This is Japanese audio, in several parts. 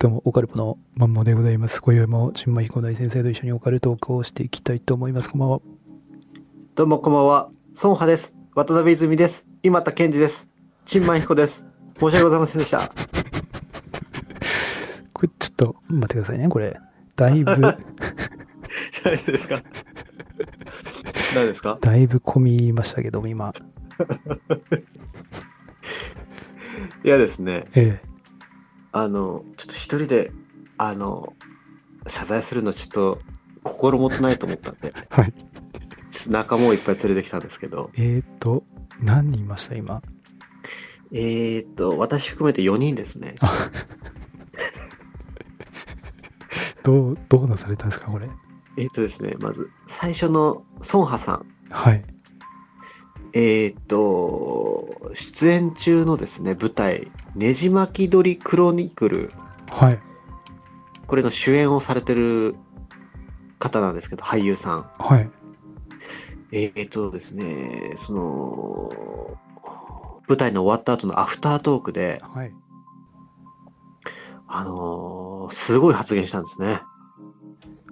今日もオカルトのまんまでございます。今宵も純米彦大先生と一緒にオカルトークをしていきたいと思います。こんばんは。どうもこんばんは。孫波です。渡辺泉です。今田健二です。陳満彦です。申し訳ございませんでした。 これちょっと待ってくださいね、こ れ。だいぶ誰ですか誰ですかだいぶ込みましたけど今。いやですね。ええ。あの、ちょっと一人で、あの、謝罪するのちょっと心もとないと思ったんで、はい。ちょっと仲間をいっぱい連れてきたんですけど。えっ、ー、と、何人いました 今。えっ、ー、と、私含めて4人ですね。どう、どうなされたんですか、これ。えっ、ー、とですね、まず、最初の孫波さん。はい。えっ、ー、と、出演中のですね、舞台、ねじ巻き鳥クロニクル。はい。これの主演をされてる方なんですけど、俳優さん。はい。えっ、ー、とですね、その、舞台の終わった後のアフタートークで、はい。あのー、すごい発言したんですね。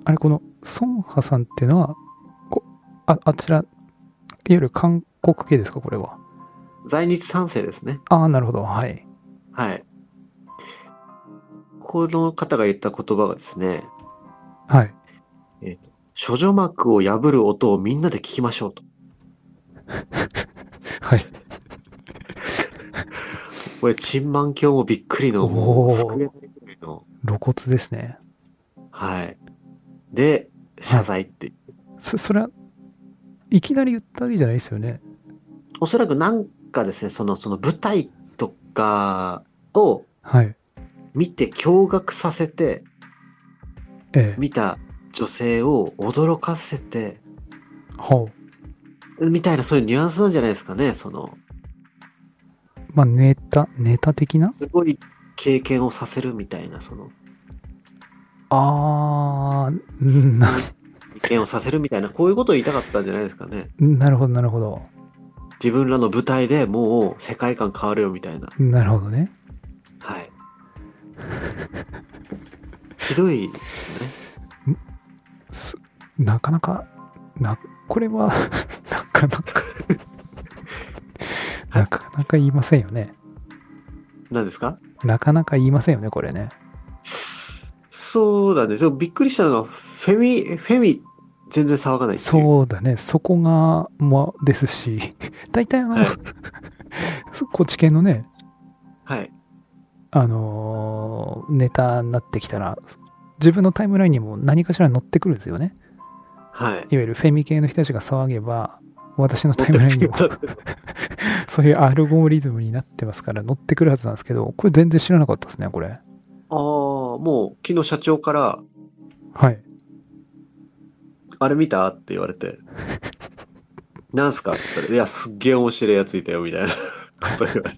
あれ、この、孫波さんっていうのは、こああちら、いわゆる韓国系ですか、これは。在日3世ですね。ああ、なるほど。はい。はい。この方が言った言葉がですね、はい。えっ、ー、と、処女膜を破る音をみんなで聞きましょうと。はい。これ、陳満鏡もびっくりの、もう、救えないぐらいの。露骨ですね。はい。で、謝罪って。はい、そそれは、いきなり言ったわけじゃないですよね。おそらくなんかですね、その、その舞台とかを見て驚愕させて、はい、見た女性を驚かせて、ほ、ええ、みたいなそういうニュアンスなんじゃないですかね、その。まあ、ネタ、ネタ的なすごい経験をさせるみたいな、その。あー、な、経験をさせるみたいな、こういうことを言いたかったんじゃないですかね。なるほど、なるほど。自分らの舞台でもう世界観変わるよみたいな。なるほどね。はい。ひどいですね。すなかなか、な、これは なかなかなかなか言いませんよね。何ですかなかなか言いませんよね、これね。そうだね。でもびっくりしたのが、フェミ、フェミ全然騒がないそうだねそこがまあですし大体あの、はい、 こっち系のねはいあのネタになってきたら自分のタイムラインにも何かしら乗ってくるんですよねはいいわゆるフェミ系の人たちが騒げば私のタイムラインにも そういうアルゴリズムになってますから乗ってくるはずなんですけどこれ全然知らなかったですねこれああもう昨日社長からはいあれ見たって言われて、なんすかって言ったら、いや、すっげえ面白いやついたよ、みたいなこと言われて。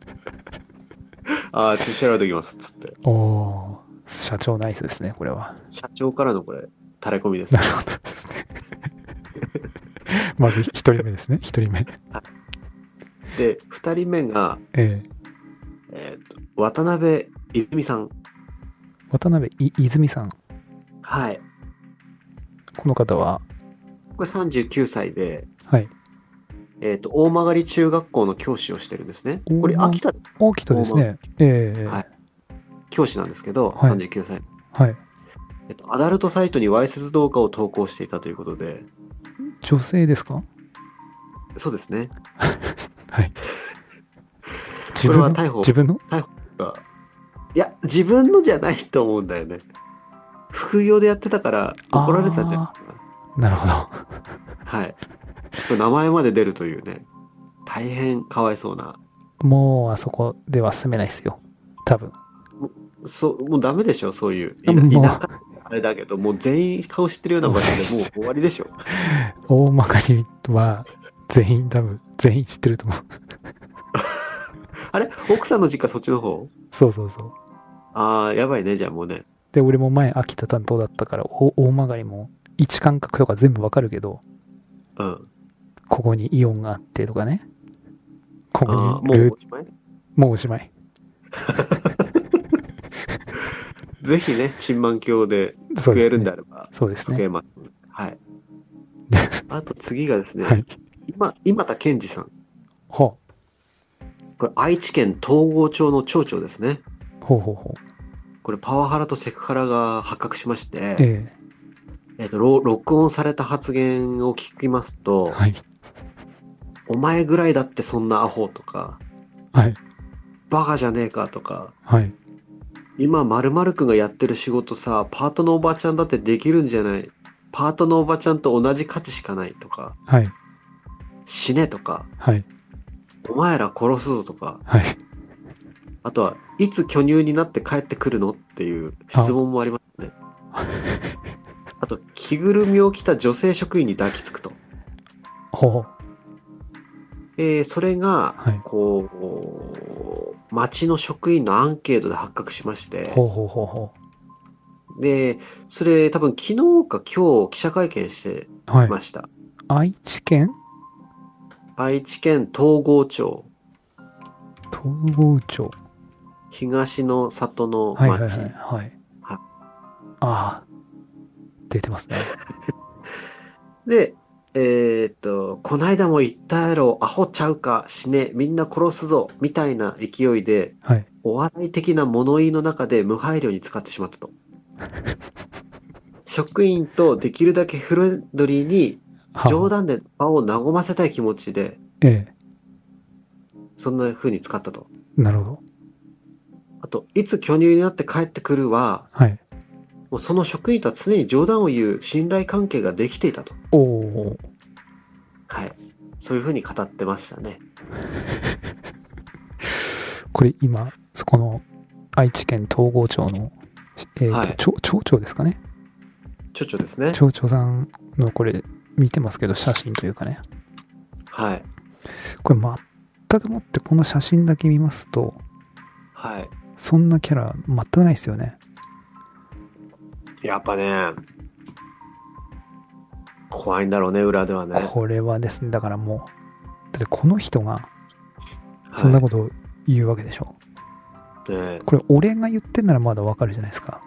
ああ、ちょっと調べておきます、つって。おお社長ナイスですね、これは。社長からのこれ、垂れ込みです、ね。 なるほどですね。 まず1人目ですね、1人目。で、2人目が、えー、えー、と渡辺泉さん。渡辺い泉さん。はい。この方はこれ39歳で、はい。えっ、ー、と、大曲中学校の教師をしてるんですね。これ、秋田です秋田ですね。ええー、はい。教師なんですけど、はい、39歳。はい。えっ、ー、と、アダルトサイトにわいせつ動画を投稿していたということで。女性ですかそうですね。はい。自分の逮捕自分の逮捕が。いや、自分のじゃないと思うんだよね。副業でやってたから怒られたんじゃないかな。なるほど。はい。名前まで出るというね、大変かわいそうな。もうあそこでは住めないですよ。多分。そう、もうダメでしょ、そういう。田舎あれだけど、もう全員顔知ってるような場所 でもう終わりでしょ。大まかりは全員多分、全員知ってると思う。あれ奥さんの実家そっちの方そうそうそう。ああ、やばいね、じゃあもうね。で、俺も前秋田担当だったから、大曲りも位置感覚とか全部わかるけど、うん。ここにイオンがあってとかね。ここにルーもうおしまいもうおしまい。ぜひね、チンマン教で救えるんであれば、そうです救えね。ます。はい。あと次がですね、はい。今、今田健二さん。ほこれ愛知県東郷町の町長ですね。う。ほうほうほう。これパワハラとセクハラが発覚しまして、えっ、えと、ろ録音された発言を聞きますえと、はい。お前ぐらいだってそんなアホとか、はい。バカじゃねえかとか、はい。今、まるくんがやってる仕事さ、パートのおばちゃんだってできるんじゃないパートのおばちゃんと同じ価値しかないとか、はい。死ねとか、はい。お前ら殺すぞとか、はい。あとは、いつ巨乳になって帰ってくるのっていう質問もありますね。あと、着ぐるみを着た女性職員に抱きつくと。ほうほう。えーそれが、はい。こう、町の職員のアンケートで発覚しまして、ほうほうほうほで、それ多分昨日か今日記者会見してう。はい。ました。愛知県愛知県東郷町、東郷町。東の里の町。はいはいはい。はい。はいああ。出て ますね。で、えーっと、こないだも言ったやろ、アホちゃうか、死ね、みんな殺すぞ、みたいな勢いで、はい。お笑い的な物言いの中で無配慮に使ってし まったと。職員とできるだけフレンドリーにはあ冗談で場を和ませたい気持ちで、ええそんな風に使ったと。なるほど。あと、いつ巨乳になって帰ってくるは、はい。もうその職員とは常に冗談を言う信頼関係ができていたと。おお。はい。そういう風に語ってましたね。これ今、そこの愛知県東郷町の、えーとはい町町長ですかね。ちょちょですね。町長さんのこれ見てますけど、写真というかね。はい。これ全くもってこの写真だけ見ますと、はい。そんなキャラ全くないですよね。やっぱね、怖いんだろうね、裏ではね。これはですね、だからもう、だってこの人がそんなことを言うわけでしょ。と。ねえ これ俺が言ってんならまだわかるじゃないですか。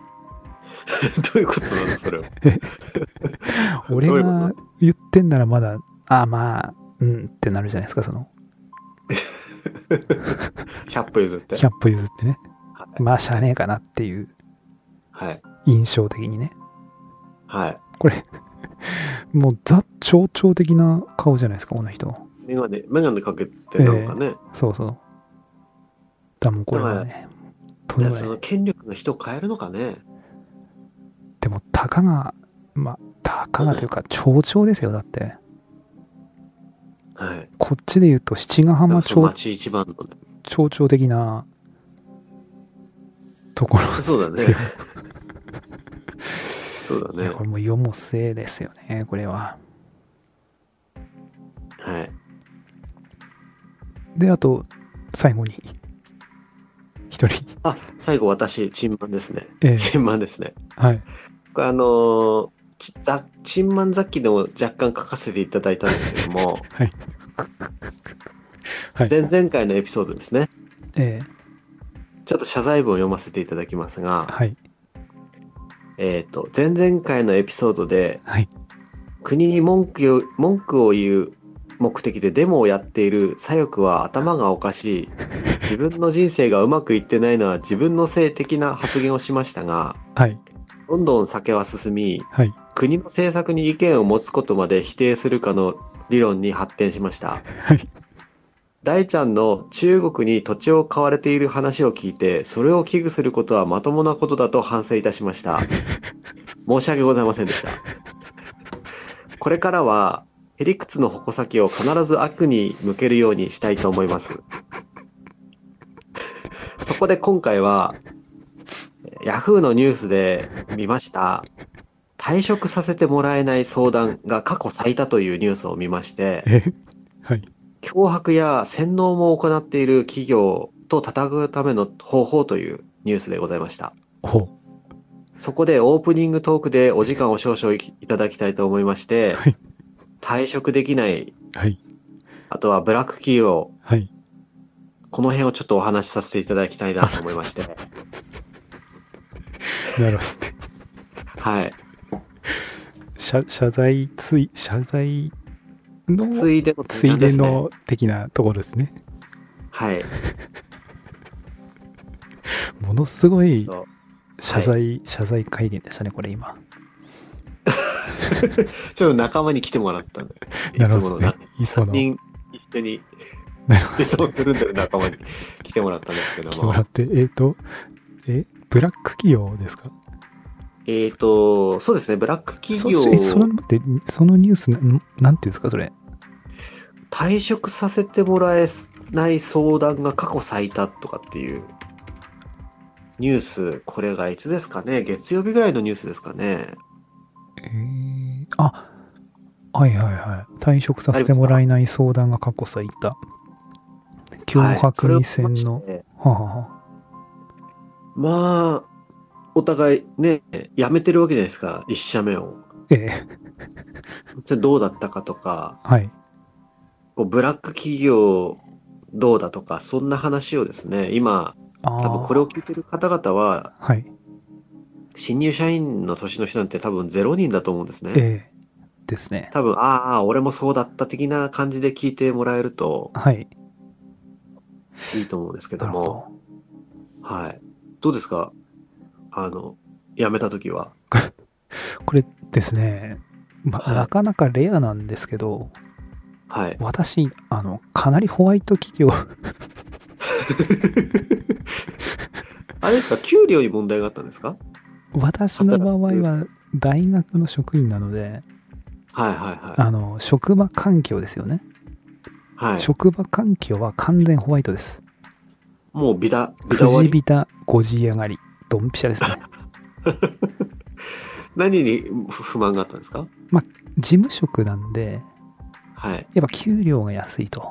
どういうことなの、それは。俺どういうが言ってんならまだ、ああまあ、うんってなるじゃないですか、その、 100歩譲って。 100歩譲ってね。はい。まあ、しゃあねえかなっていうはい。印象的にね。はい。これ、 もうザ・象徴的な顔じゃないですか、この人。メガネ、メガネかけてなんかね、そうそう。だもうこれはね、とんいでもやないその権力が人を変えるのかね。でも、たかが、まあ、たかがというか、町長ですよ、だって。はい。こっちで言うと、七ヶ浜その町町一番の、町長的なところですそようだ ね。そういだやねこ。れもう世も末ですよね、これは。はい。で、あと、最後に、一人、あ、最後私、チンマンですね。ええチンマンですね。はい。これあのーちだチンマン雑記でも若干書かせていただいたんですけど も、はい。 はい。前々回のエピソードですね。ええちょっと謝罪文を読ませていただきますが、はい。えっ、と、前々回のエピソードで、はい。国に文句を文句を言う目的でデモをやっている左翼は頭がおかしい、自分の人生がうまくいってないのは自分のせい的な発言をしましたが、はい。どんどん酒は進み、はい。国の政策に意見を持つことまで否定するかの理論に発展しました。はい。大ちゃんの中国に土地を買われている話を聞いて、それを危惧することはまともなことだと反省いたしました。申し訳ございませんでした。これからは、へりくつの矛先を必ず悪に向けるようにしたいと思います。そこで今回は、ヤフーのニュースで見ました、退職させてもらえない相談が過去最多というニュースを見まして、ええはい。脅迫や洗脳も行っている企業と叩くための方法というニュースでございました。ほう。そこでオープニングトークでお時間を少々いただきたいと思いまして、はい退職できない、はい。あとはブラック企業、はい。 この辺をちょっとお話しさせていただきたいなと思いまして。鳴らすって。 はい。謝謝罪、つい、謝罪の、ついでの、ついでの的なところですね。 はい。ものすごいそう謝罪、謝罪会見でしたね、これ今。ちょっと仲間に来てもらったんで。いなるつほものどなね。いつも3の。人一 緒になるほど質問するんだよ、仲間に。来てもらったんですけ ど来てももら。って、えっ、と、え、ブラック企業ですかえっ、と、そうですね、ブラック企業そえ、それを待って、そのニュースな、んなんていうんですか、それ。退職させてもらえない相談が過去最多とかっていうニュース、これがいつですかね、月曜日ぐらいのニュースですかね。えー、あはいはいはい。退職させてもらえない相談が過去最多。脅迫未はい然それの、を受けましてはあはあはあまあ、お互いね、辞めてるわけじゃないですか、一社目を。ええ、それどうだったかとか、はい。こうブラック企業どうだとか、そんな話をですね、今、あ多あ、分これを聞いてる方々は、はい。新入社員の年の人なんて多分0人だと思うんですね。ええ、ですね。多分、ああ、俺もそうだった的な感じで聞いてもらえるとはい。いいと思うんですけどなるほも、ど。はい。どうですかあの、辞めた時は。これですね、ま、はいなかなかレアなんですけど、 はい。私、あの、かなりホワイト企業、 あれですか給料に問題があったんですか私の場 合は大学の職員なので、はいはいはあの、職場環境ですよね。い。はい。職場環境は完全ホワイトです。もうビタ、ビタ富終わ士り。ビタ5時上がり、ドンピシャですね。何に不不満があったんですか事務職なんで、はい。やっぱ給料が安いと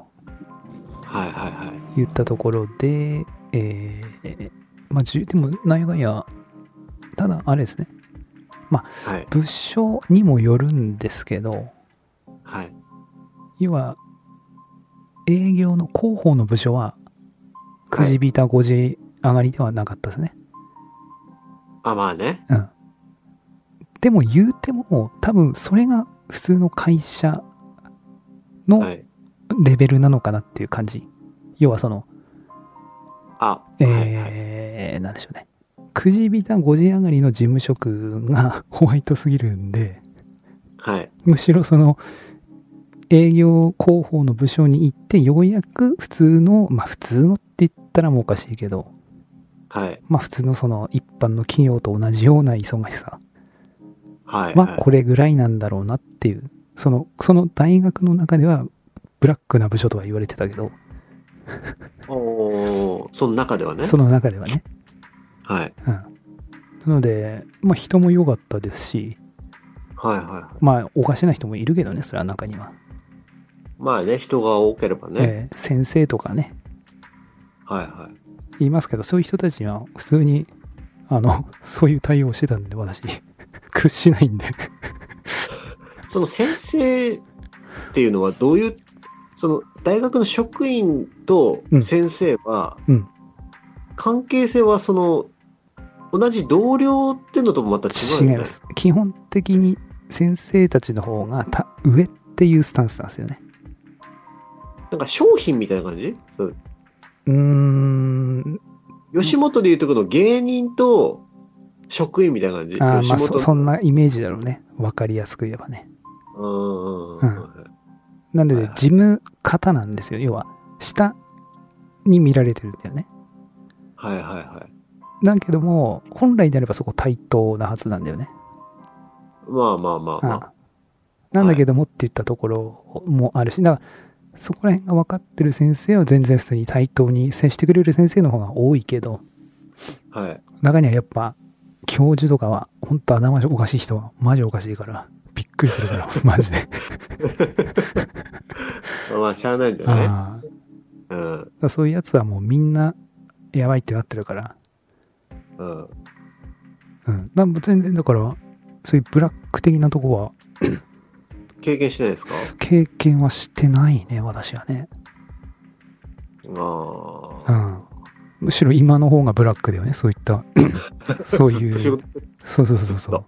はいはいはい。言ったところで、えーまあ、じゅでも、なんやかんや、ただ、あれですね、はい。物証にもよるんですけど、はい。要は、営業の広報の部署は、9時ビタ5時上がりではなかったですね。あ、まあね。でも言うても、多分それが普通の会社はのい。レベルなのかなっていう感じ。要はその、あ、はいはいえー、なんでしょうね。9時ビタ5時上がりの事務職が ホワイトすぎるんで、はい。むしろその、営業広報の部署に行って、ようやく普通の、まあ普通のって言ったらもうおかしいけど、はい。まあ普通のその一般の企業と同じような忙しさはい。はこれぐらいなんだろうなっていう、その、その大学の中ではブラックな部署とは言われてたけど、おーその中ではね。その中ではね。はい。なので、まあ人も良かったですし、はいはいはい。まあおかしな人もいるけどね、それは中には。まあね、人が多ければね。えー先生とかね、はいはい。言いますけど、そういう人たちには普通に、あの、 そういう対応してたんで、私、 屈しないんで。その先生っていうのはどういう、その大学の職員とうん先生は、うん関係性はその、同じ同僚っていうのともまた違う違いよね。ます。 基本的に先生たちの方がた上っていうスタンスなんですよね。なんか商品みたいな感じそううーん、吉本でいうとこの芸人と職員みたいな感じ。あー吉まあ本そそんなイメージだろうね。わかりやすく言えばね。うんうんうんなのはでいはい、事務方なんですよ。要は、下に見られてるんだよね。はいはいはい。だけども、本来であればそこ対等なはずなんだよね。まあまあまあまあ。なんだけどもって言ったところもあるし、だから、そこら辺が分かってる先生は全然普通に対等に接してくれる先生の方が多いけど、はい。中にはやっぱ、教授とかは、ほんと頭おかしい人は、マジおかしいから、びっくりするから、マジで。まあ、しゃあないんだよね。あーうん。だからそういうやつはもうみんな、やばいってなってるから、うん。うん。なんも全然、だから、そういうブラック的なとこは、経験してないですか経験はしてないね、私はね。あうん。あ。まむしろ今の方がブラックだよね、そうい った。そういずっと仕う。事してるそうそうそうそずっう。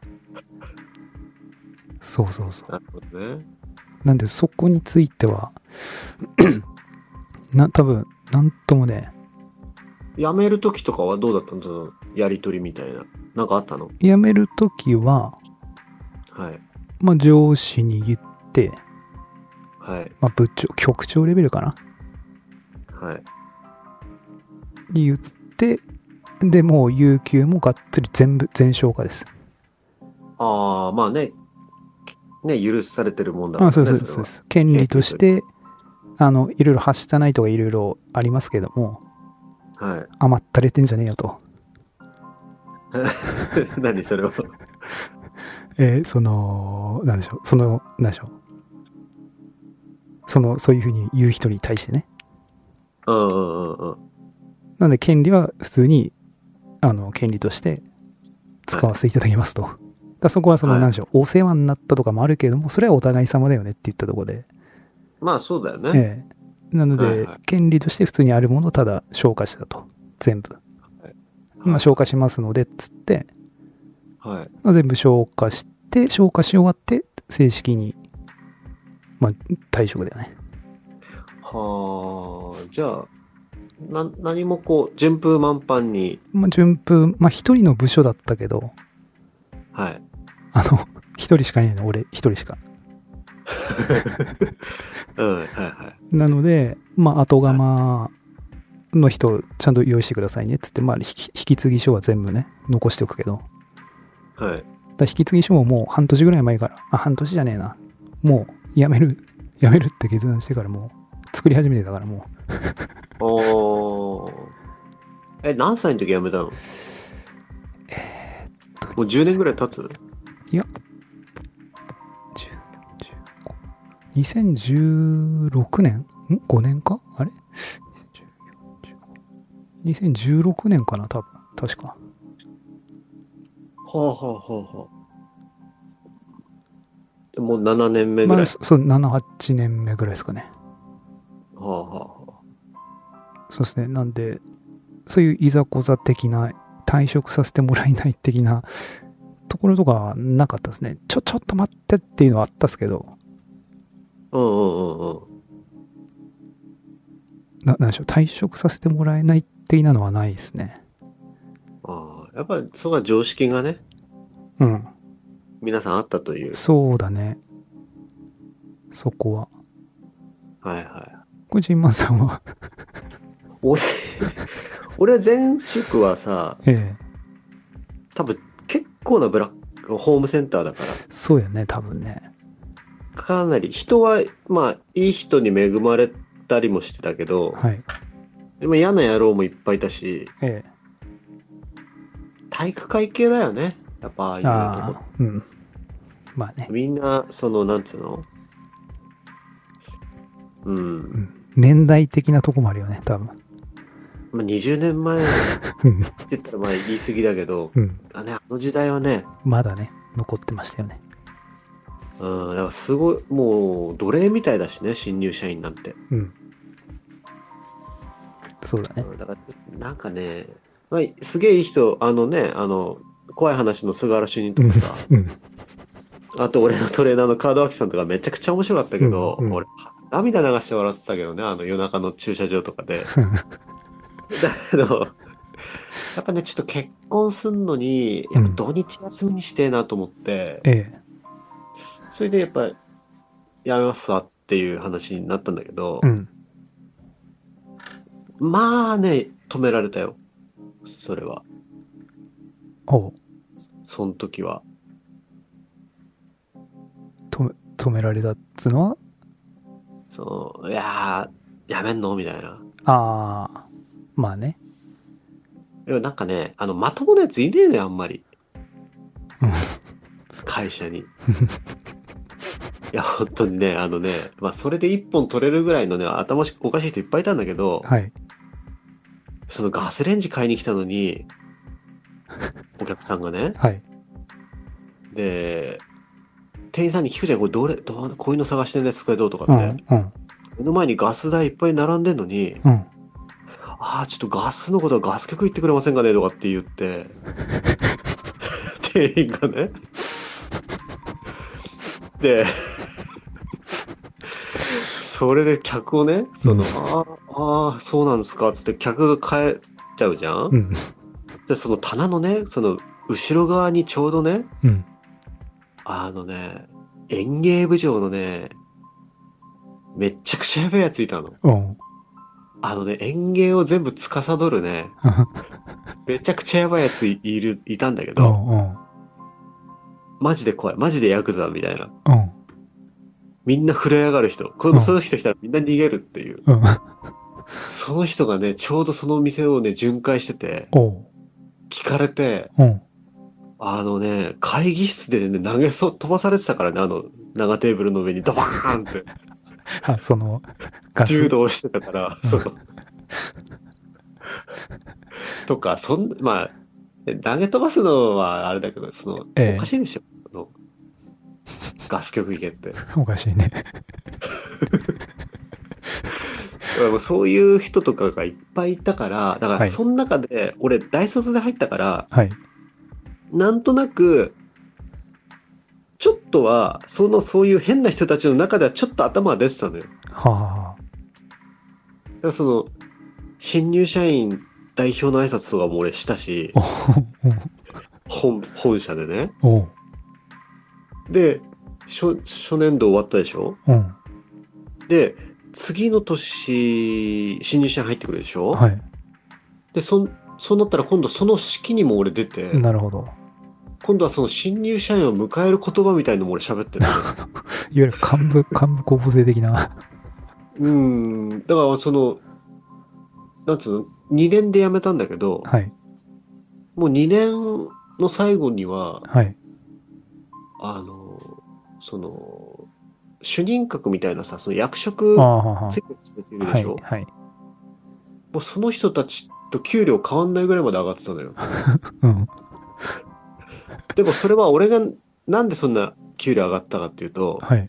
そうそうそう。なるほどね。なんでそこについては、 な、多分、なんともね、辞める時とかはどうだったのそのやりとりみたいな。なんかあったの辞めるときは、はい。まあ上司に言って、はい。まあ部長、局長レベルかなはい。に言って、で、もう有給もがっつり全部、全消化です。ああ、まあね。ね、許されてるもんだからあね。そうです、そうです。権利として、あの、いろいろはしたないとかいろいろありますけども、それははい。甘ったれてんじゃねえよと。 何それは。えーその、なんでしょう、その、なんでしょう。その、そういうふうに言う人に対してね。うんうんうんうん。なんで、権利は普通に、あの、権利として使わせていただきますと。だからそこはその、はいなんでしょう、お世話になったとかもあるけれども、それはお互い様だよねって言ったところで、まあそうだよね。ええなので、はいはい権利として普通にあるものをただ消化したと。全部。まあ、消化しますので、つって、はい。まあ全部消化して、消化し終わって、正式に、まあ、退職だよね。はあ、じゃあ、な何もこう、順風満帆に、まあ、順風、まあ、一人の部署だったけど、はい。あの、 一人しかいないの、俺、一人しか。うん、はいはい。なので、まあ、後釜の人、ちゃんと用意してくださいね、っつって、まあ、引き引き継ぎ書は全部ね、残しておくけど、はい。だから引き継ぎ書ももう半年ぐらい前から、あ、半年じゃねえな。もう、やめる、 やめるって決断してからもう、作り始めてたからもおー。え、何歳の時辞めたのう。もう10年ぐらい経つ2016年ん ?5 年かあれ2016年かな多分確かはあはあはあはあ。もう7年目ぐまらい。あそそう78年目ぐらいですかねはあはあはそうですねなんでそういういざこざ的な退職させてもらえない的なところとかはなかったですねちょちょっと待ってっていうのはあったっすけどあ。うんうんうんうん。ななんでしょう退職させてもらえない的なのはないですねああ。やっぱりそこは常識がね、うん皆さんあったという。そうだねそこははいはい。これジンマンさんは俺、 俺は前職はさ、ええ多分結構なブラック、ホームセンターだかそうやね、多分ね。ら、かなり人は、まあ、いい人に恵まれたりもしてたけど、はい。でも嫌な野郎もいっぱいいたし、え体育会系だよね。やっぱああいえ。うあとあ、うん。まあねこ。。みんな、その、なんつうのうん。年代的なとこもあるよね、多分。まあ、20年前ってうん。言ったらまあ言い過ぎだけど、うん。あね、あの時代はね、まだね、残ってましたよね。うん、だからすごい、もう奴隷みたいだしね、新入社員なんて。うん。そうだね。うんだからなんかね、まあ、すげえいい人、あのね、あの、怖い話の菅原主任とかさ、うん。あと俺のトレーナーの門脇さんとかめちゃくちゃ面白かったけど、うんうん俺、涙流して笑ってたけどね、あの夜中の駐車場とか で。だけど、やっぱね、ちょっと結婚すんのに、やっぱ土日休みにしてえなと思って、ええ。それでやっぱ、やめますわっていう話になったんだけど、うん。まあね、止められたよ。それは。おうその時は。止め、止められたっつうのはその、いやー、やめんのみたいな。ああ、まあね。でもなんかね、あの、まともなやついねえねあんまりうん。会社に。いや、本当にね、あのね、まあ、それで一本取れるぐらいのね、頭おかしい人いっぱいいたんだけど、はい。そのガスレンジ買いに来たのに、お客さんがね、はい。で、店員さんに聞くじゃん、これどれ、どうこういうの探してんですかどうとかうって、ん。うん。目の前にガス台いっぱい並んでんのに、うん。ああ、ちょっとガスのことはガス曲言ってくれませんかねとかって言って、店員がね。で、それで客をね、その、うんああ、ああ、そうなんですか、つって客が帰っちゃうじゃん、うん。で、その棚のね、その、後ろ側にちょうどね、うん。あのね、演芸部長のね、めっちゃくちゃやべえやついたの。うん。あのね、園芸を全部司るね、めちゃくちゃやばいやついいる、いたんだけうど、ん。うん。マジで怖い、マジでヤクザみたいな。うん。みんな震え上がる人。こうんのその人来たらみんな逃げるっていう。うん。その人がね、ちょうどその店をね、巡回してて、おう。聞かれて、うん。あのね、会議室でね、投げそう、飛ばされてたからね、あの、長テーブルの上にドバーンって、あ、その、ガ柔ス。道してたから、うんそう。 とか、そん、まあ、投げ飛ばすのはあれだけど、その、ええおかしいでしょ、その、ガス局行けって。おかしいね。俺もそういう人とかがいっぱいいたから、だかはいらその中で、俺大卒で入ったから、はい。なんとなく、ちょっとは、その、そういう変な人たちの中ではちょっと頭は出てたのよ。だかはらその、新入社員代表の挨拶とかも俺したし、あ。本、本社でね。おう。で、初、初年度終わったでしょうん。で、次の年、新入社員入ってくるでしょはで、そん、そうなったら今度その式にも俺出て、い。なるほど。今度はその新入社員を迎える言葉みたいのも俺喋ってる。いわゆる幹部、幹部候補生的な。うん。だからその、なんつうの、2年で辞めたんだけど、はい。もう2年の最後には、はい。あの、その、主任格みたいなさ、その役職ああ、ははついてる人いるはでい。しょ、はい。もうその人たちと給料変わんないぐらいまで上がってたのよ。うん。でもそれは俺がなんでそんな給料上がったかっていうと、はい。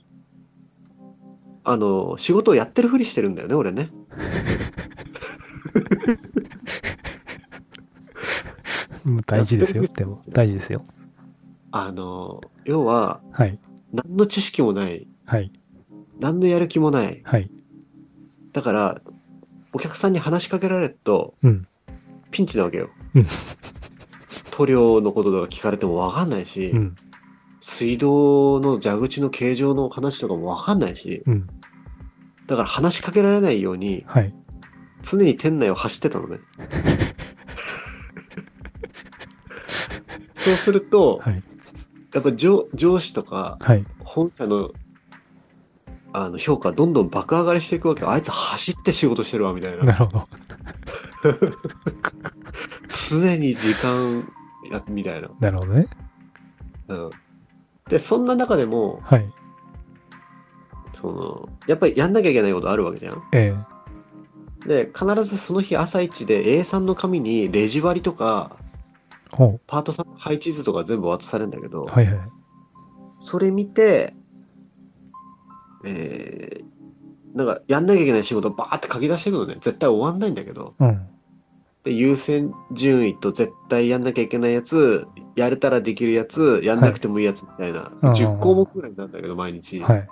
あの、仕事をやってるふりしてるんだよね、俺ね。うん大事ですよ。でも、大事ですよ。あの、要は、はい。何の知識もない、はい。何のやる気もない。はい。だから、お客さんに話しかけられると、うん。ピンチなわけようん。塗料のこととか聞かれてもわかんないし、うん。水道の蛇口の形状の話とかもわかんないし、うん。だから話しかけられないように、はい。常に店内を走って たのね。そうすると、はい。やっぱ上上司とかはい。本社のあの評価はどんどん爆上がりしていくわけよあいつ走って仕事してるわみたいななるほど。常に時間やみたいな、なるほどね。うん、でそんな中でもはい。そのやっぱりやんなきゃいけないことあるわけじゃんええ。で必ずその日朝一で A さんの紙にレジ割りとかほパートさんの配置図とか全部渡されるんだけど、う。はいはい。それ見て、えー、なんかやんなきゃいけない仕事をバーって書き出していくのね。絶対終わんないんだけど。うん。で、優先順位と絶対やんなきゃいけないやつ、やれたらできるやつ、やんなくてもいいやつみたいな、うん10項目ぐらいなんだけど、毎日。はい。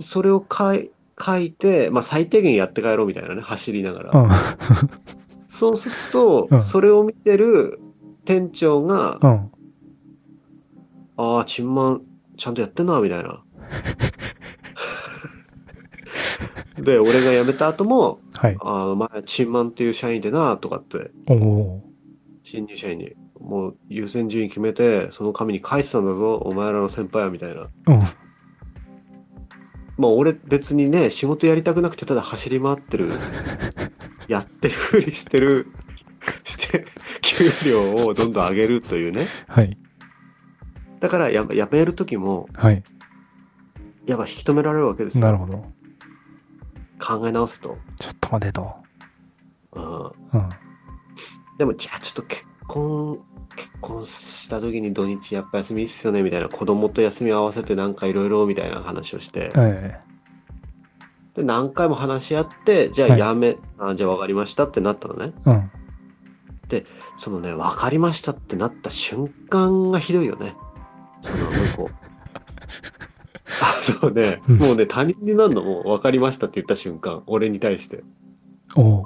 それを書い書いて、まあ最低限やって帰ろうみたいなね、走りながうら。ん。そうするうと、んそれを見てる店長が、うん。ああ、チンマン、ちゃんとやってんな、みたい な。で、俺が辞めた後も、はい。あの、前、チンマンっていう社員でな、とかって、おお新入社員に、もう優先順位決めて、その紙に書いてたんだぞ、お前らの先輩は、みたいな。ー。うん。まあ、俺、別にね、仕事やりたくなくて、ただ走り回 ってる、やってるふりしてる、して、給料をどんどん上げるというね。はい。だからや、辞める時も、はい。やっぱ引き止められるわけですなるよ。ほど。考え直せと。ちょっと待てと。うんうん。でも、じゃあちょっと結婚、結婚した時に土日やっぱ休みいいっすよね、みたいな。子供と休み合わせてなんかいろいろみたいな話をして、えで、何回も話し合って、じゃあはいやめ、あじゃあ分かりましたってなったのね。うん。そのね、分かりましたってなった瞬間がひどいよね。その、向 こう。あそうね、うんもうね、他人になるのも分かりましたって言った瞬間、俺に対して。おう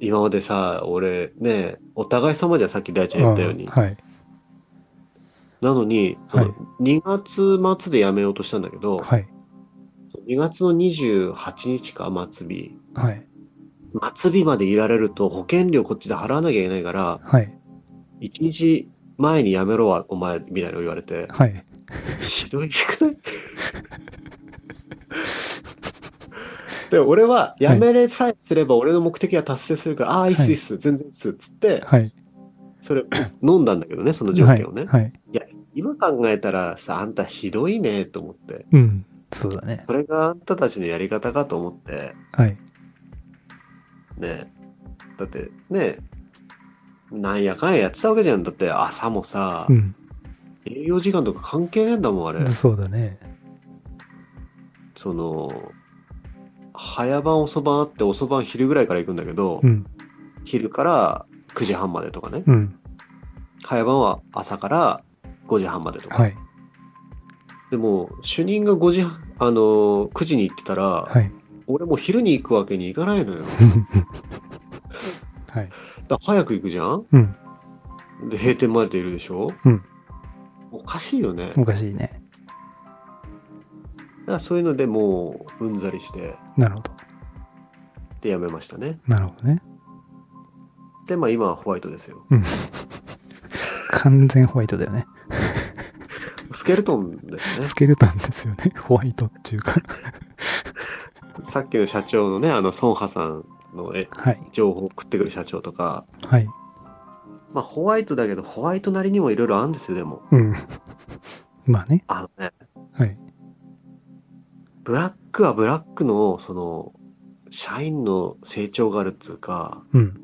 今までさ、俺ね、お互い様じゃんさっき大ちゃん言ったように。んはい。なのに、そのはい2月末でやめようとしたんだけど、はい。 2月の28日か、末日。はい。末日までいられると保険料こっちで払わなきゃいけないから、はい。 1日前にやめろわ、お前、みたいなの言わ れて、はい。ひどいくない で、俺は、やめれさえすれば俺の目的は達成するから、ああ、いいっす、いいっす、全然いいっす、つって、はい。それ、飲んだんだけどね、その条はい。件をね。はい。今考えたらさ、あんたひどいね、と思って。うん。そうだね。それがあんたたちのやり方かと思って、はい。ねだって、ねなんやかんややってたわけじゃん。だって朝もさう、ん。営業時間とか関係ねえんだもん、あれ。そうだね。その、早晩遅番あって遅番昼ぐらいから行くんだけど、うん。昼から9時半までとかね。うん。早晩は朝から5時半までとか。はい。でも、主任が5時半、あのー、9時に行ってたら、はい。 俺もう昼に行くわけにいかないのよ。はい。だから早く行くじゃんうん。で、閉店までいるでしょうんおかしいよね。だおかしいね。からそういうのでもう、うんざりして、なるほど。で、やめましたね。なるほどね。で、まあ今はホワイトですよ。うん。完全ホワイトだよね。スケルトンですねス。ケルトンですよね。 ホワイトっていうか。さっきの社長のね、あの、ソンハさんのえはい。情報を送ってくる社長とか、はい。まあ、ホワイトだけど、ホワイトなりにもいろいろあるんですよ、でも。うん。まあね。あのね、はい。ブラックはブラックの、その、社員の成長があるっつうか、うん。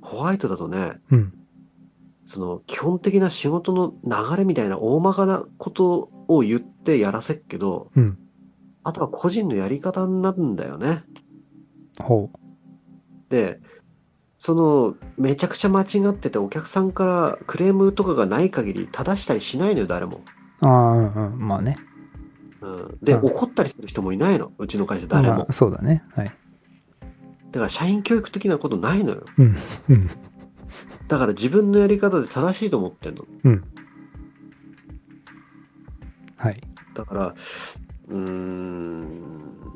ホワイトだとね、うん。その、基本的な仕事の流れみたいな大まかなことを言ってやらせっけど、うん。あとは個人のやり方になるんだよね。ほで、その、めちゃくちゃ間違ってて、お客さんからクレームとかがない限り、正したりしないのよ、誰も。う。ああ、うんうん。まあね。うん、で、うん怒ったりする人もいないの、うちの会社、誰まもあ。そうだね。はい。だから、社員教育的なことないのよ。うん。うん。だから、自分のやり方で正しいと思ってんの。うん。はい。だから、うーん、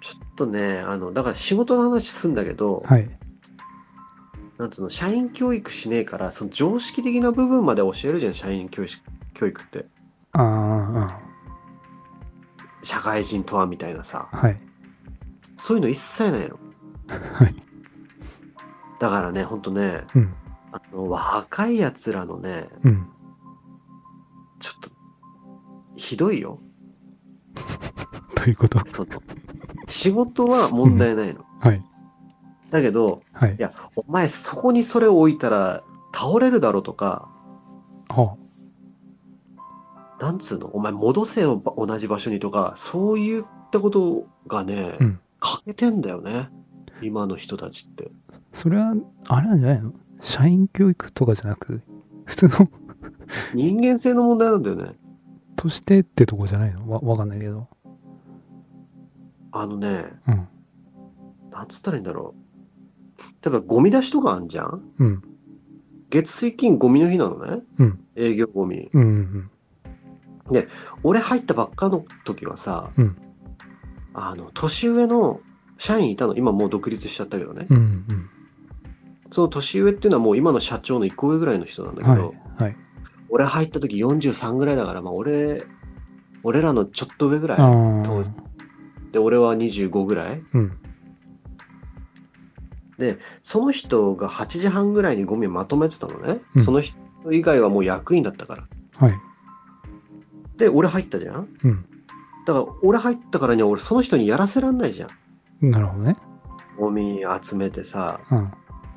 ちょっとね、あの、だから仕事の話すんだけど、はい。なんつうの、社員教育しねえから、その常識的な部分まで教えるじゃん、社員教育教育って。ああ、社会人とはみたいなさ。うんはい。そういうの一切ないの。はい。だからね、ほんとね、うん。あの若いやつらのね、うん。ちょっと、ひどいよ。ということ。その、仕事は問題ないの。はい。だけど、はいい。や、お前そこにそれを置いたら倒れるだろうとか、はなんつうの、お前戻せよ、ば同じ場所にとか、そういったことがね、うん欠けてんだよね。今の人たちって。あ、それは、あれなんじゃないの社員教育とかじゃなく、普通の人間性の問題なんだよね。としてってとこじゃないのわ、わかんないけど。あのね、うん。なんつったらいいんだろう。例えばゴミ出しとかあんじゃんうん。月水金ゴミの日なのね、うん営業ゴミうん。うん。俺入ったばっかの時はさ、うんあの年上の社員いたの今もう独立しちゃったけどね、うん。うん。その年上っていうのはもう今の社長の1個上ぐらいの人なんだけど、はい。はい。俺入った時43ぐらいだからまあ俺俺らのちょっと上ぐらあいあ当時。で俺は25ぐらいうん。その人が8時半ぐらいにゴミをまとめてたのね、うんその人以外はもう役員だったからはい。で俺入ったじゃんうん。だから俺入ったからには俺その人にやらせらんないじゃん。なるほどね。ゴミ集めてさ、うん。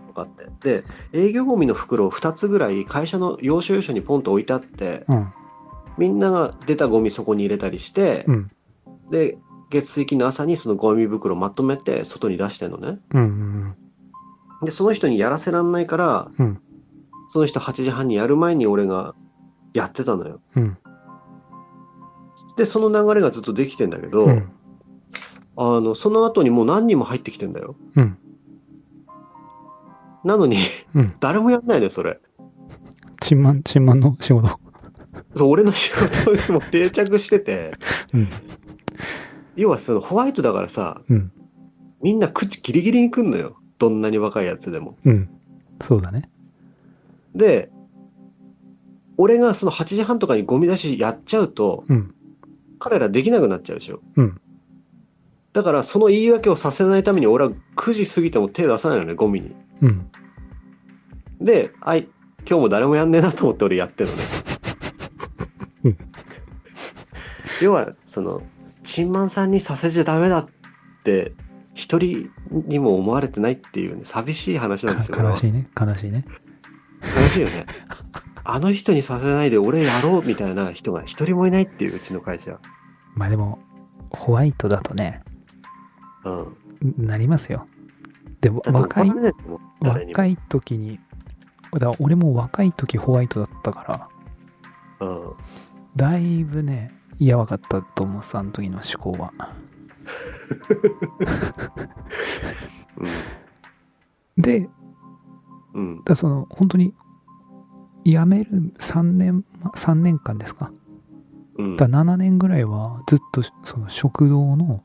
とかって。で、営業ゴミの袋を2つぐらい会社の要所要所にポンと置いてあって、うん。みんなが出たゴミそこに入れたりしてう、ん。で、月水金の朝にそのゴミ袋まとめて外に出してんのね。うんうんで、その人にやらせらんないから、うんその人8時半にやる前に俺がやってたのよ。うんで、その流れがずっとできてんだけど、うんあの、その後にもう何人も入ってきてんだよ。うんなのに、うん 誰もやんないのよ、それ。チンマンチンマンの仕事そう俺の仕事にも定着してて、うん要はそのホワイトだからさ、うんみんな口ギリギリに来んのよ。どんなに若いやつでも。うんそうだねで、俺がその8時半とかにゴミ出しやっちゃうと、うん彼らできなくなっちゃうでしょ。うんだからその言い訳をさせないために俺は9時過ぎても手出さないのね、ゴミに。うんで、あい、今日も誰もやんねえなと思って俺やってるのねうん。要は、その、チンマンさんにさせちゃダメだって、一人にも思われてないっていうね、寂しい話なんですよ。か悲しいね悲しいねこれは悲しいよね。あの人にさせないで俺やろうみたいな人が一人もいないっていううちの会社。まあでもホワイトだとねうん。なりますよでもだって若い怒られないもん誰にも。若い時にだから俺も若い時ホワイトだったからうん。だいぶねやばかったと思うさあの時の思考はでだかうん。らその本当に辞める3年3年間ですかうん。だから7年ぐらいはずっとその食堂の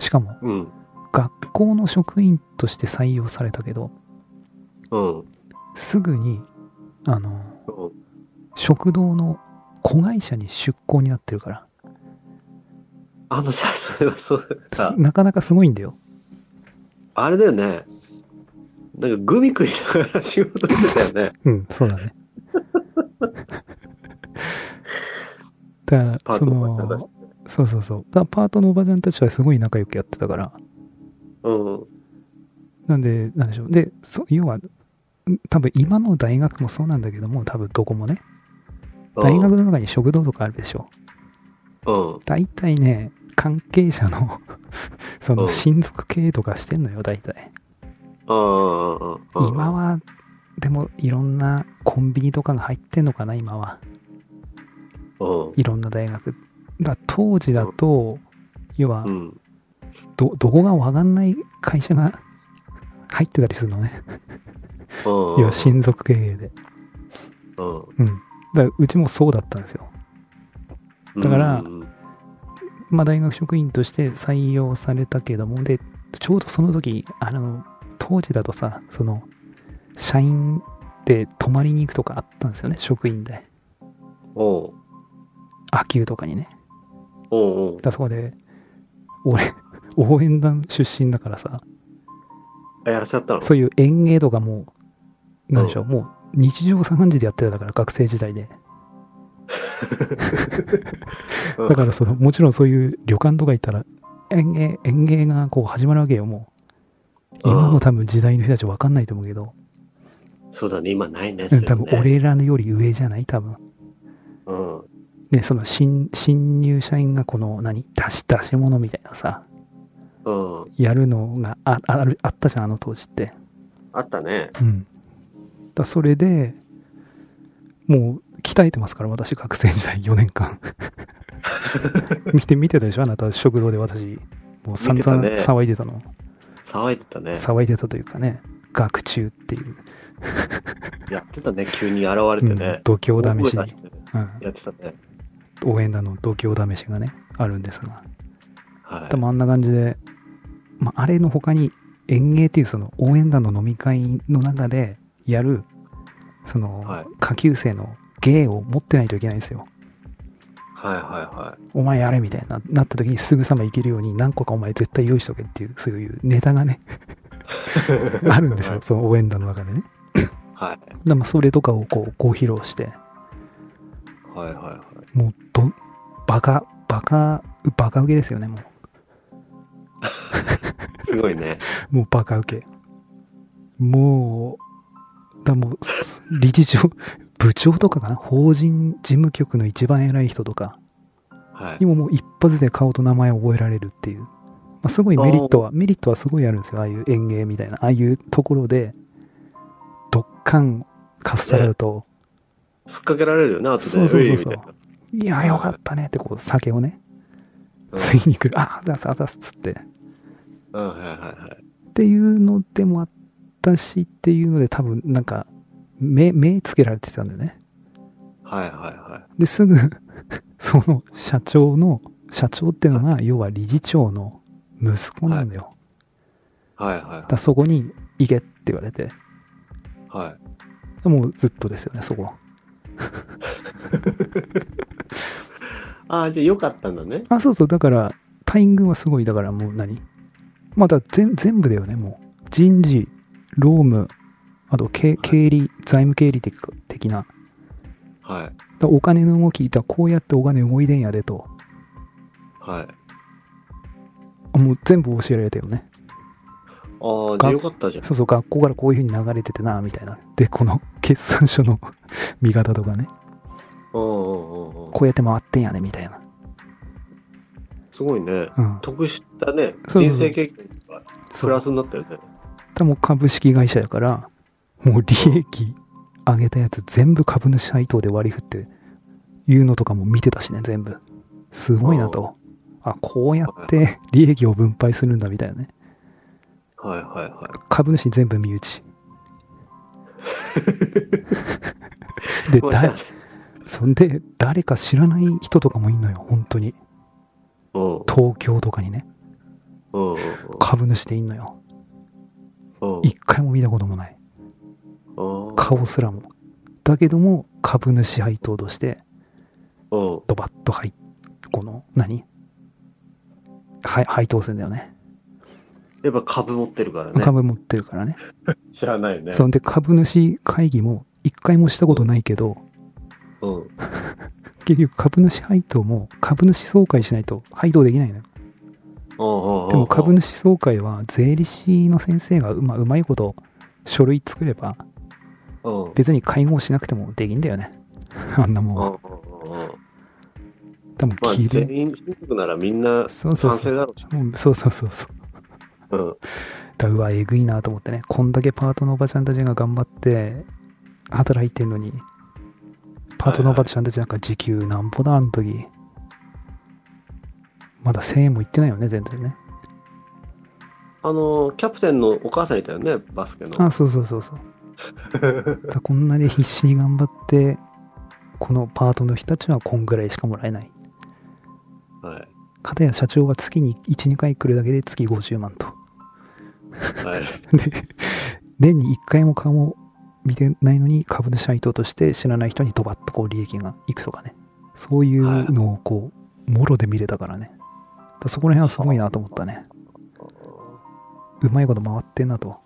しかもうん。学校の職員として採用されたけどうん。うん。すぐにあの食堂の子会社に出向になってるからあのさ、それはそう、さす、なかなかすごいんだよあれだよね。なんかグミ食いながら仕事してたよね。うんそうだ ねだからパ ーそトののおばちゃんだし。そうそうそう。だからパートのおばちゃんたちはすごい仲良くやってたから。うん。なんで、なんでしょう。で、そ要は、ん多分今の大学もそうなんだけども、多分どこもね、大学の中に食堂とかあるでしょ。うん。大体ね、関係者の、 そうのん親族経営とかしてんのよ、大体。うん。うん。うん。今は、でもいろんなコンビニとかが入ってんのかな、今は。うん。いろんな大学。だから当時だと、要はうん。ど、どこがわかんない会社が入ってたりするのね。うん。いや、親族経営で。うん。うん。だからうちもそうだったんですよ。だからうん。まあ、大学職員として採用されたけども、で、ちょうどその時、あの、当時だとさ、その、社員で泊まりに行くとかあったんですよね、職員で。おう。秋湯とかにね。おうおうだからそこで、俺、 応援団出身だからさ、あやらせちゃったのそういう園芸とかもう、なんでしょう、もう日常茶飯事でやってたから、学生時代で。うんだからその、もちろんそういう旅館とか行ったら、園芸、園芸がこう始まるわけよ、もう。今の多分時代の人たち分かんないと思うけど、そうだね、今ないね。うそん、れね多分。俺らのより上じゃない多分。うん。ね、その新、新入社員がこの何、出し、出し物みたいなさ、うん。やるのがああるあったじゃん、あの当時って。あったね。うん。だそれで、もう鍛えてますから、私、学生時代4年 間。見て、見てたでしょあなた、食堂で私、もう散々見てたね騒いでたの。騒いでたね。騒いでたというかね、学中っていう、やってたね、急に現れうてんね。度胸試し大声出に、してねうんやってたね。応援団の度胸試しがね、あるんですが。はでもあんな感じで、まあ、あれの他に園芸っていうその応援団の飲み会の中でやるそはのい下級生の芸を持ってないといけないんですよ。い。はいはお前やれみたいななった時にすぐさま行けるように何個かお前絶対用意しとけっていうそういうネタがねいはい。 あるんですよその応援団の中でね。はい。でまあそれとかをこうご披露してはいはいはい。もうどバカバカバカ受けですよねもすごいね。うもうバカ受け。もうだもうそ理事長部長とかかな法人事務局の一番偉い人とか はい。にももう一発で顔と名前を覚えられるっていう、まあ、すごいメリットはメリットはすごいあるんですよああいう園芸みたいなああいうところでドッカンかっさらうと、すっかけられるよね、後で。そうそうそうそういみたいいやよかったねってこう酒をねうんついに来るああだすあざすっつってなうん、はいはいはい。っていうのでもあったしっていうので多分なんか目目つけられてたんだよねはいはいはい。ですぐ その社長の社長ってのが要は理事長の息子なんだよ、はいはだからそこに行けって言われていはい。もうずっとですよねそこああ、じゃあよかったんだね。あそうそうだから隊員軍はすごいだからもう何まあだから全全部だよねもう人事労務あと経経理財務経理的的なはいだからお金の動きだからこうやってお金動いてんやでとはい。あもう全部教えられたよねああ、じゃあよかったじゃん。そうそう学校からこういう風に流れててなみたいなでこの決算書の 見方とかねうんうんうんうん。こうやって回ってんやでみたいなすごいね。うん得したね。そうそうそう人生経験がプラスになったよね。だからもう株式会社やからもう利益上げたやつ全部株主配当で割り振っていうのとかも見てたしね全部すごいなとあこうやって利益を分配するんだみたいなねはいはいは株主全部身内で い。まあじゃだそんで誰か知らない人とかもいんのよ本当にあうんうん東京とかにねうん株主でいんのようん一回も見たこともないうん。顔すらもだけども株主配当としてうん。ドバッと入っこの何はい配当するんだよねやっぱ株持ってるからね。株持ってるからね知らないね。そんで株主会議も一回もしたことないけどうん。結局株主配当も株主総会しないと配当できないのよででも株主総会は税理士の先生がうまうまいこと書類作ればうん。別に会合しなくてもできんだよね あんなもんうんうはんうんうん多分まあ、きれい全員親族ならみんなそうそう賛そ成うだろうし。もうそうそうそうそううん。だうわえぐいなと思ってねこんだけパートのおばちゃんたちが頑張って働いてんのにパートのおばちゃんたちなんか時給なんぼだあの時まだ1000円もいってないよね全然ねあの、キャプテンのお母さんいたよね、バスケの。あそうそうそうそうだからこんなに必死に頑張ってこのパートの人たちはこんぐらいしかもらえないはい。片や社長は月に12回来るだけで月50万とはい。 で年に1回も顔を見てないのに株主配当として知らない人にドバッとこう利益がいくとかねそういうのをこうもろで見れたからねだからそこら辺はすごいなと思ったねうまいこと回ってんなと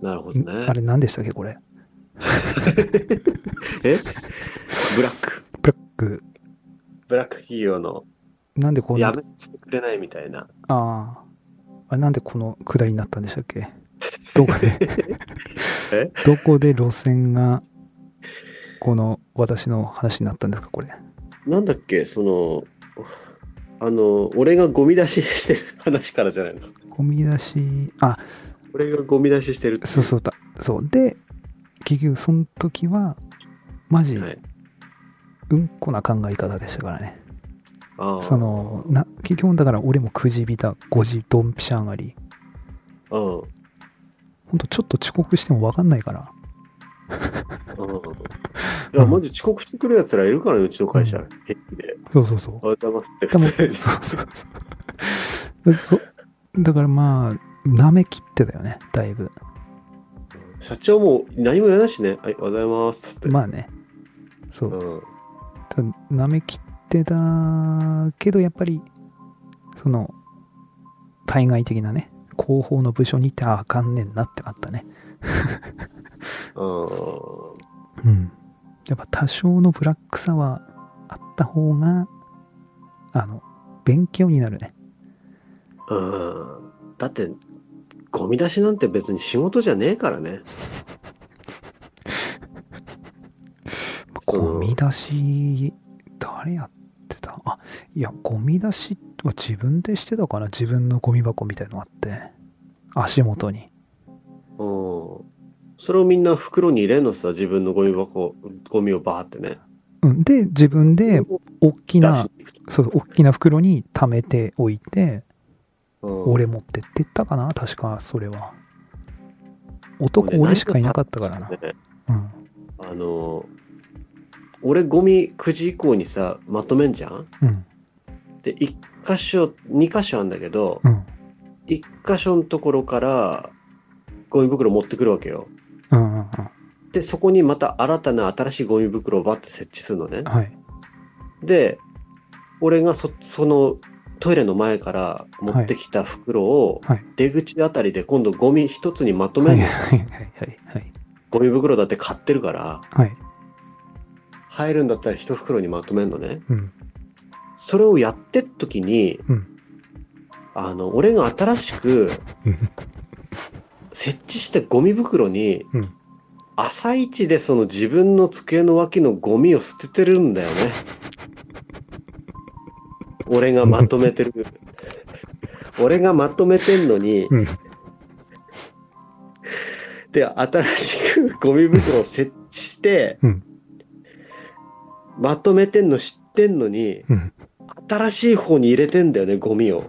なるほうどん、ねあ。れ何でしたっけこれえブラック。ブラックブラック企業のなんでこうなやあめさせてくれないみたいな。ああれなんでこの下りになったんでしたっけどこで えどこで路線がこの私の話になったんですかこれなんだっけ、その、あの、俺がゴミ出ししてる話からじゃないの。ゴミ出しあ俺がゴミ出ししてるっていそうそうだそうで結局その時はマジはい。うんこな考え方でしたからね、ああ。そのな結局だから俺もくじびた5時ドンピシャ上がりうん。ほんとちょっと遅刻しても分かんないからうんいや、マジ遅刻してくるやつらいるからね、うちの会社。うん平気で。そうそうそうあ、ざますってでも普通に。 そうそうそうそだからまあなめきってだよねだいぶ 社長も何も言わないしね。はい、おはようございますって。まあねそううん。ただ舐めきってたけどやっぱりその対外的なね後方の部署に行ってああかんねんなってなったねうんうんやっぱ多少のブラックさはあった方があの勉強になるねうん。だって、ゴミ出しなんて別に仕事じゃねえからね。ゴミ出し、誰やってたあ、いや、ゴミ出しは自分でしてたかな自分のゴミ箱みたいのあって。足元に。うん。それをみんな袋に入れんのさ、自分のゴミ箱、ゴミをバーってね。うん。で、自分で大き出しな、に行くとそう、大きな袋に溜めておいて、うん俺持ってってったかな確か、それは。男、俺しかいなかったからな。うん。あの、俺ゴミ9時以降にさ、まとめんじゃんうん。で、1箇所、2箇所あるんだけど、うん。 1箇所のところから、ゴミ袋持ってくるわけよ。うんうんうん。で、そこにまた新たな新しいゴミ袋をバッて設置するのね。はい。で、俺がそそのトイレの前から持ってきた袋をはい出口あたりで今度ゴミ一つにまとめはるいの、はいはいはい。ゴミ袋だって買ってるからはい。入るんだったら一袋にまとめるのねうん。それをやってっ時に、うんあの俺が新しくうん設置したゴミ袋に、うん朝一でその自分の机の脇のゴミを捨ててるんだよね。俺がまとめてる。 俺がまとめてんのに、うんで、新しくゴミ袋を設置して、うんまとめてんの知ってんのに、うん。新しい方に入れてんだよね、ゴミを。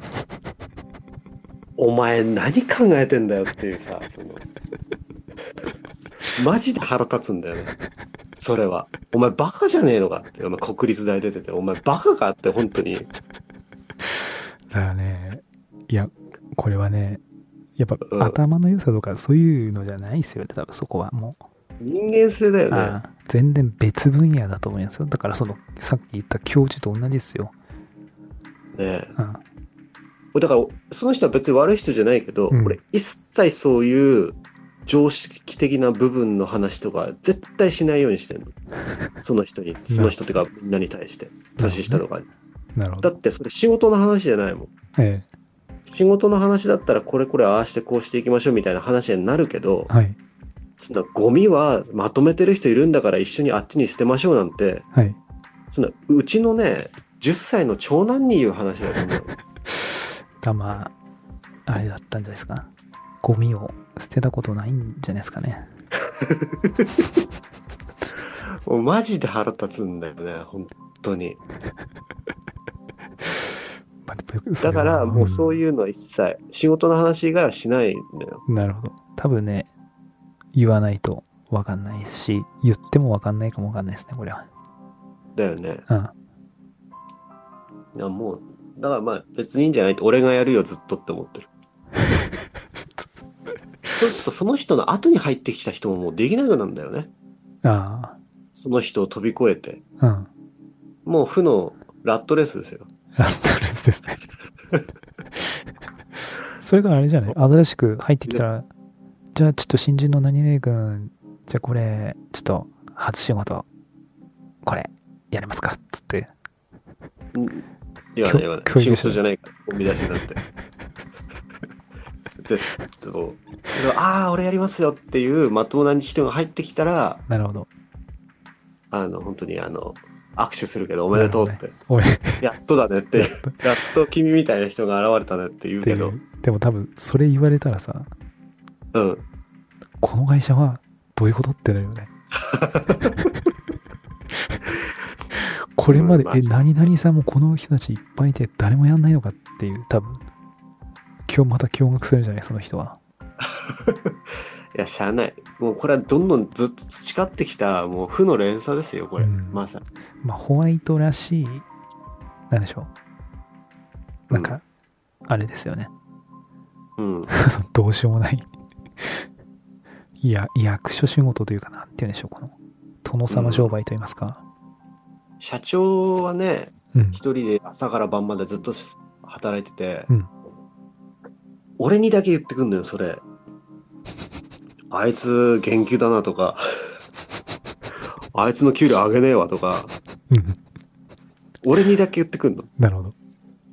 お前何考えてんだよっていうさ、その、 マジで腹立つんだよね。それは。お前バカじゃねえのかって。お前国立大出てて、お前バカかって、本当に。だからね、いや、これはね、やっぱうん頭の良さとかそういうのじゃないですよね、多分そこはもう。人間性だよねあ。あ全然別分野だと思いますよ。だからその、さっき言った教授と同じですよ。ねうん、えだから、その人は別に悪い人じゃないけど、うん俺一切そういう常識的な部分の話とか絶対しないようにしてんの。その人に、その人っていうかみんなに対して、年下とかに。なるほだど。ってそれ仕事の話じゃないもん。え仕事の話だったらこれこれああしてこうしていきましょうみたいな話になるけどえ、はい、そんなゴミはまとめてる人いるんだから一緒にあっちに捨てましょうなんて、はい。そんなうちのね、10歳の長男に言う話だよ、そんなのたま、あれだったんじゃないですか。ゴミを捨てたことないんじゃないですかね。もうマジで腹立つんだよね、本当に。まあでもそだれかはらもうそうういうのは一切、仕事の話以外はしないんだよ。ん。なるほど。多分ね、言わないと分かんないし、言っても分かんないかも分かんないですね、これは。だよね。うん。いやもう、だからまあ別にいいんじゃない俺がやるよずっとって思っ てる。そうするとその人の後に入ってきた人ももうできなくなるんだよね。あその人を飛び越えて。あ、うん。もう負のラットレースですよ。 ラットレスですね。それからあれじゃ ない新しく入ってきたら、じゃあちょっと新人の何々君、じゃあこれ、ちょっと初仕事、これ、やれますかっつって。うん言わない言わない。仕教育者事じゃないから、ゴミ出しなん て。で、そうそれはああ、俺やりますよっていうまともな人が入ってきたら、なるほど。あの、本当にあの、握手するけどおめでとうって。おいやっとだねって。やっと君みたいな人が現れたねって言うっていけど。う。でも多分、それ言われたらさ、うん。この会社はどういうことってなるよ ね。これまでうん、え、ま何々さんもこの人たちいっぱいいて誰もやんないのかっていう、多分、今日また驚愕するじゃない、その人は。いや、しゃあない。もうこれはどんどんずっと培ってきた、もう負の連鎖ですよ、これ。うんまさに。まあ、ホワイトらしい、なんでしょう。なんか、あれですよね。 うん。どうしようもない。いや、役所仕事というかなんて言うんでしょう、この、殿様商売と言いますか。社長はね、うん。一人で朝から晩までずっと働いてて、うん俺にだけ言ってくんのよ、それ。あいつ、減給だなとか、あいつの給料上げねえわとか、うん。俺にだけ言ってくんの。なるほど。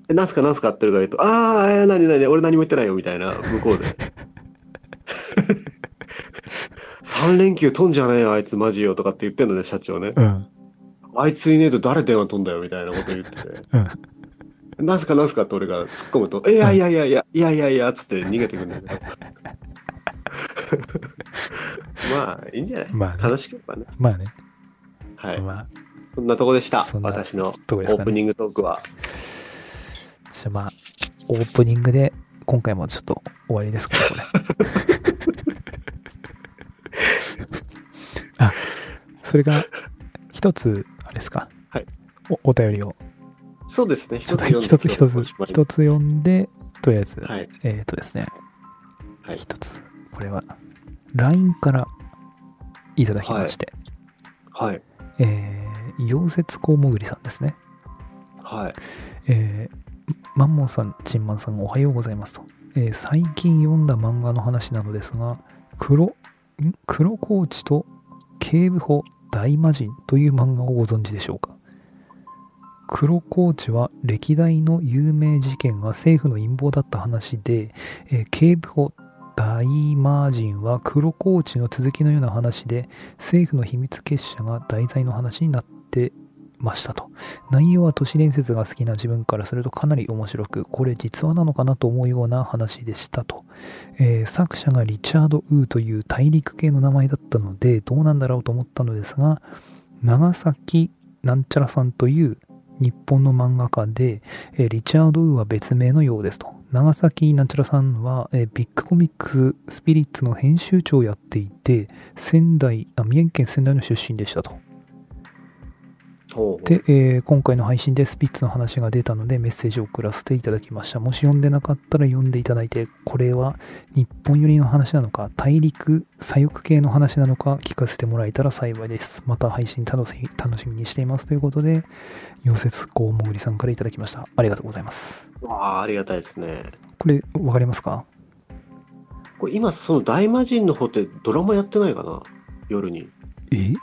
え、なんすかなんすかって言うから言うと、あー、えー、なになに、俺何も言ってないよ、みたいな、向こうで。3連休飛んじゃねえよ、あいつマジよ、とかって言ってんのね、社長ね。うん。あいついねえと誰電話飛んだよみたいなこと言ってて。うんなんすかなんすかって俺が突っ込むと、いやいやいやいや、いやいやいや、つって逃げてくん だけど。まあ、いいんじゃないまあね楽しければね。まあね、はい。まあ、そんなとこでした。そんな私のオとこですかねープニングトークは。じゃあまあ、オープニングで、今回もちょっと終わりですかね、こ れ。あ、それが、一つ、あれですか。はいお。お便りを、そうですね。ちょっと一つ一つ、一つ。つ読んで、とりあえず、はい。えっ、ー、とですね、はい一つ、これは、LINE からいただきまして、はい。えー、溶接工もぐりさんですね。はい。えーマンモンさん、チンマンさん、おはようございますと。えー最近読んだ漫画の話なのですが、黒、ん黒コーチと警部補大魔神という漫画をご存知でしょうか黒コーチは歴代の有名事件が政府の陰謀だった話で、えー警部補大魔神は黒コーチの続きのような話で政府の秘密結社が題材の話になってましたと内容は都市伝説が好きな自分からするとかなり面白くこれ実話なのかなと思うような話でしたと、えー作者がリチャード・ウーという大陸系の名前だったのでどうなんだろうと思ったのですが長崎なんちゃらさんという日本の漫画家で、えーリチャード・ウーは別名のようですと長崎なんちゃらさんは、えービッグコミックススピリッツの編集長をやっていて仙台あ宮城県仙台の出身でしたとほうで、えー今回の配信でスピッツの話が出たのでメッセージを送らせていただきました。もし読んでなかったら読んでいただいて、これは日本寄りの話なのか、大陸、左翼系の話なのか、聞かせてもらえたら幸いです。また配信楽しみ楽しみにしていますということで、溶接工もぐりさんからいただきました。ありがとうございます。わあ、ありがたいですね。これ、わかりますかこれ今、その大魔神の方ってドラマやってないかな夜に。え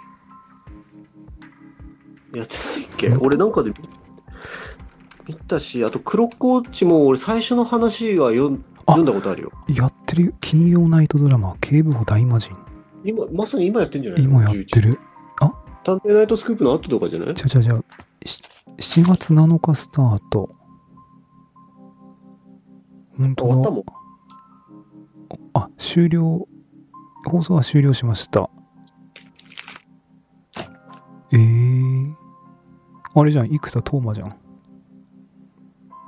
やってないっけ俺なんかで見見たし、あと黒コーチも俺最初の話は読んあ読んだことあるよ。やってるよ金曜ナイトドラマ、警部補大魔神。今、まさに今やってんじゃない今やってる。る。 11探偵ナイトスクープの後とかじゃないじゃじゃじゃ7月7日スタート。本終わった当もん。だ。あ、終了。放送は終了しました。えー。あれじゃん、生田斗真じゃん。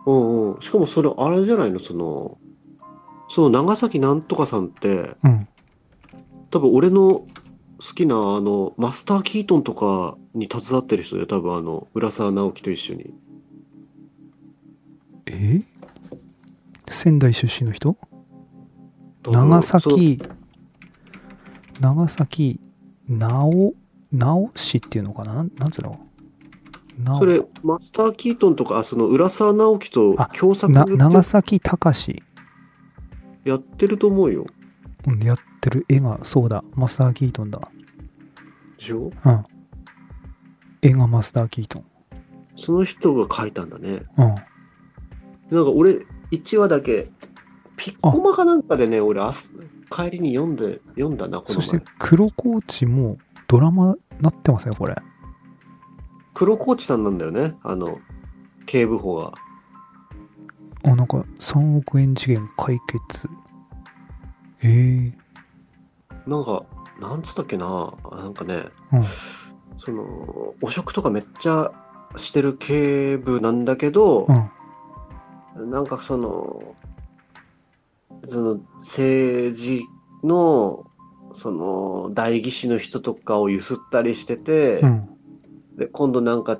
うんうん。しかもそれ、あれじゃないのその、その長崎なんとかさんって、うん。多分俺の好きなあの、マスター・キートンとかに携わってる人で、多分あの、浦沢直樹と一緒に。えー仙台出身の人多分長。そう崎、長崎、直、直市っていうのかななんなんつうの直それ、マスター・キートンとか、あその、浦沢直樹とあ共作なで長崎隆。やってると思うよ。うんやってる絵が、そうだ、マスター・キートンだ。でしょうん。絵がマスター・キートン。その人が書いたんだね。うん。なんか俺、1話だけ、ピッコマかなんかでね、俺明日、帰りに読んで、読んだな、このそ前。して、黒コーチもドラマなってますね、これ。黒コーチさんなんだよね、あの、警部補が。あ、なんか、3億円次元解決。ええなんか、なんつったっけな、なんかね、うんその、汚職とかめっちゃしてる警部なんだけどう、ん。なんかその、その、政治の、その、代議士の人とかをゆすったりしてて、うん。で、今度なんか、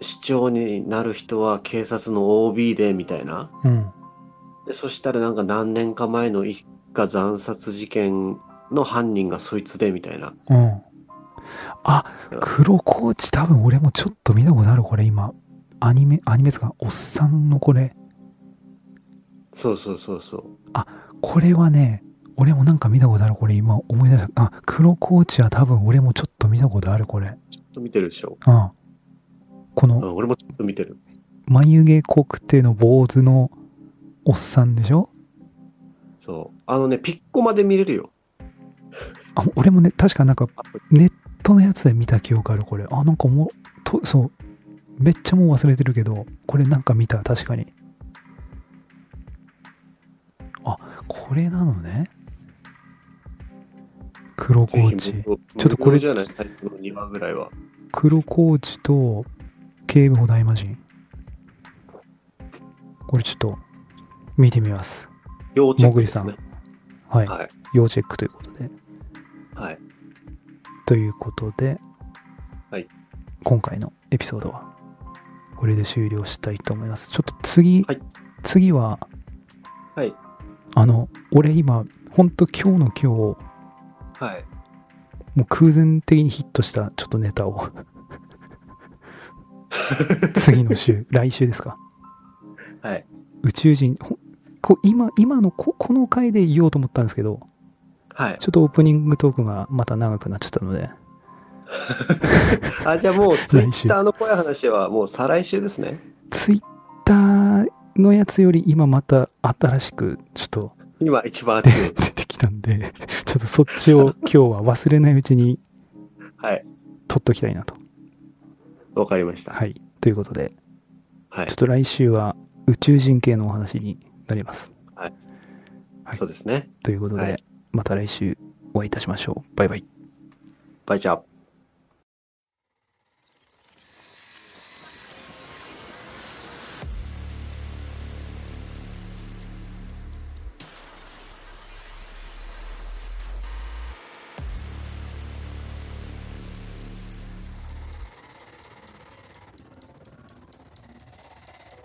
市長になる人は警察の OB で、みたいな。うん。でそしたらなんか何年か前の一家惨殺事件の犯人がそいつでみたいな。うん。あ、黒コーチ多分俺もちょっと見たことある、これ今。アニメ、アニメですか、おっさんのこれ。そうそうそうそう。これはね、俺もなんか見たことある、これ今思い出した。あ、黒コーチは多分俺もちょっと見たことある、これ。ちょっと見てるでしょ。うん。こうのん、俺もちょっと見てる。眉毛濃くての坊主のおっさんでしょそう。あのね、ピッコまで見れるよ。あ俺もね、確かなんかアプネットのやつで見た記憶ある、これ。あ、なんかもう、とそう。めっちゃもう忘れてるけど、これなんか見た、確かに。あ、これなのね。黒コーチ。ちょちょっとこれじゃない最初の2話ぐらいは。黒コーチと警部補大魔神。これちょっと見てみます。要チェックですもねぐ。はい。はい。要チェックということで。はい。ということで、はい今回のエピソードはこれで終了したいと思います。ちょっと次、はい次は、はいあの、俺今、ほんと今日の今日、もはい。う空前的にヒットしたちょっとネタ を次の週、来週ですか。はい。宇宙人、ほんこう今、今のここの回で言おうと思ったんですけど、はい。ちょっとオープニングトークがまた長くなっちゃったので、あ、じゃあもう、ツイ来週ッターの怖い話はもう再来週ですね。ツイッターのやつより今また新しくちょっと今一 番出熱い。出てきたんで、 ちょっとそっちを今日は忘れないうちにはい。取っときたいなと。わかりました。はい。ということで、はいちょっ。と来週は宇宙人系のお話になります。はいそうですね。ということで、はいまた来週お会いいたしましょう。バイバイ。バイチャー。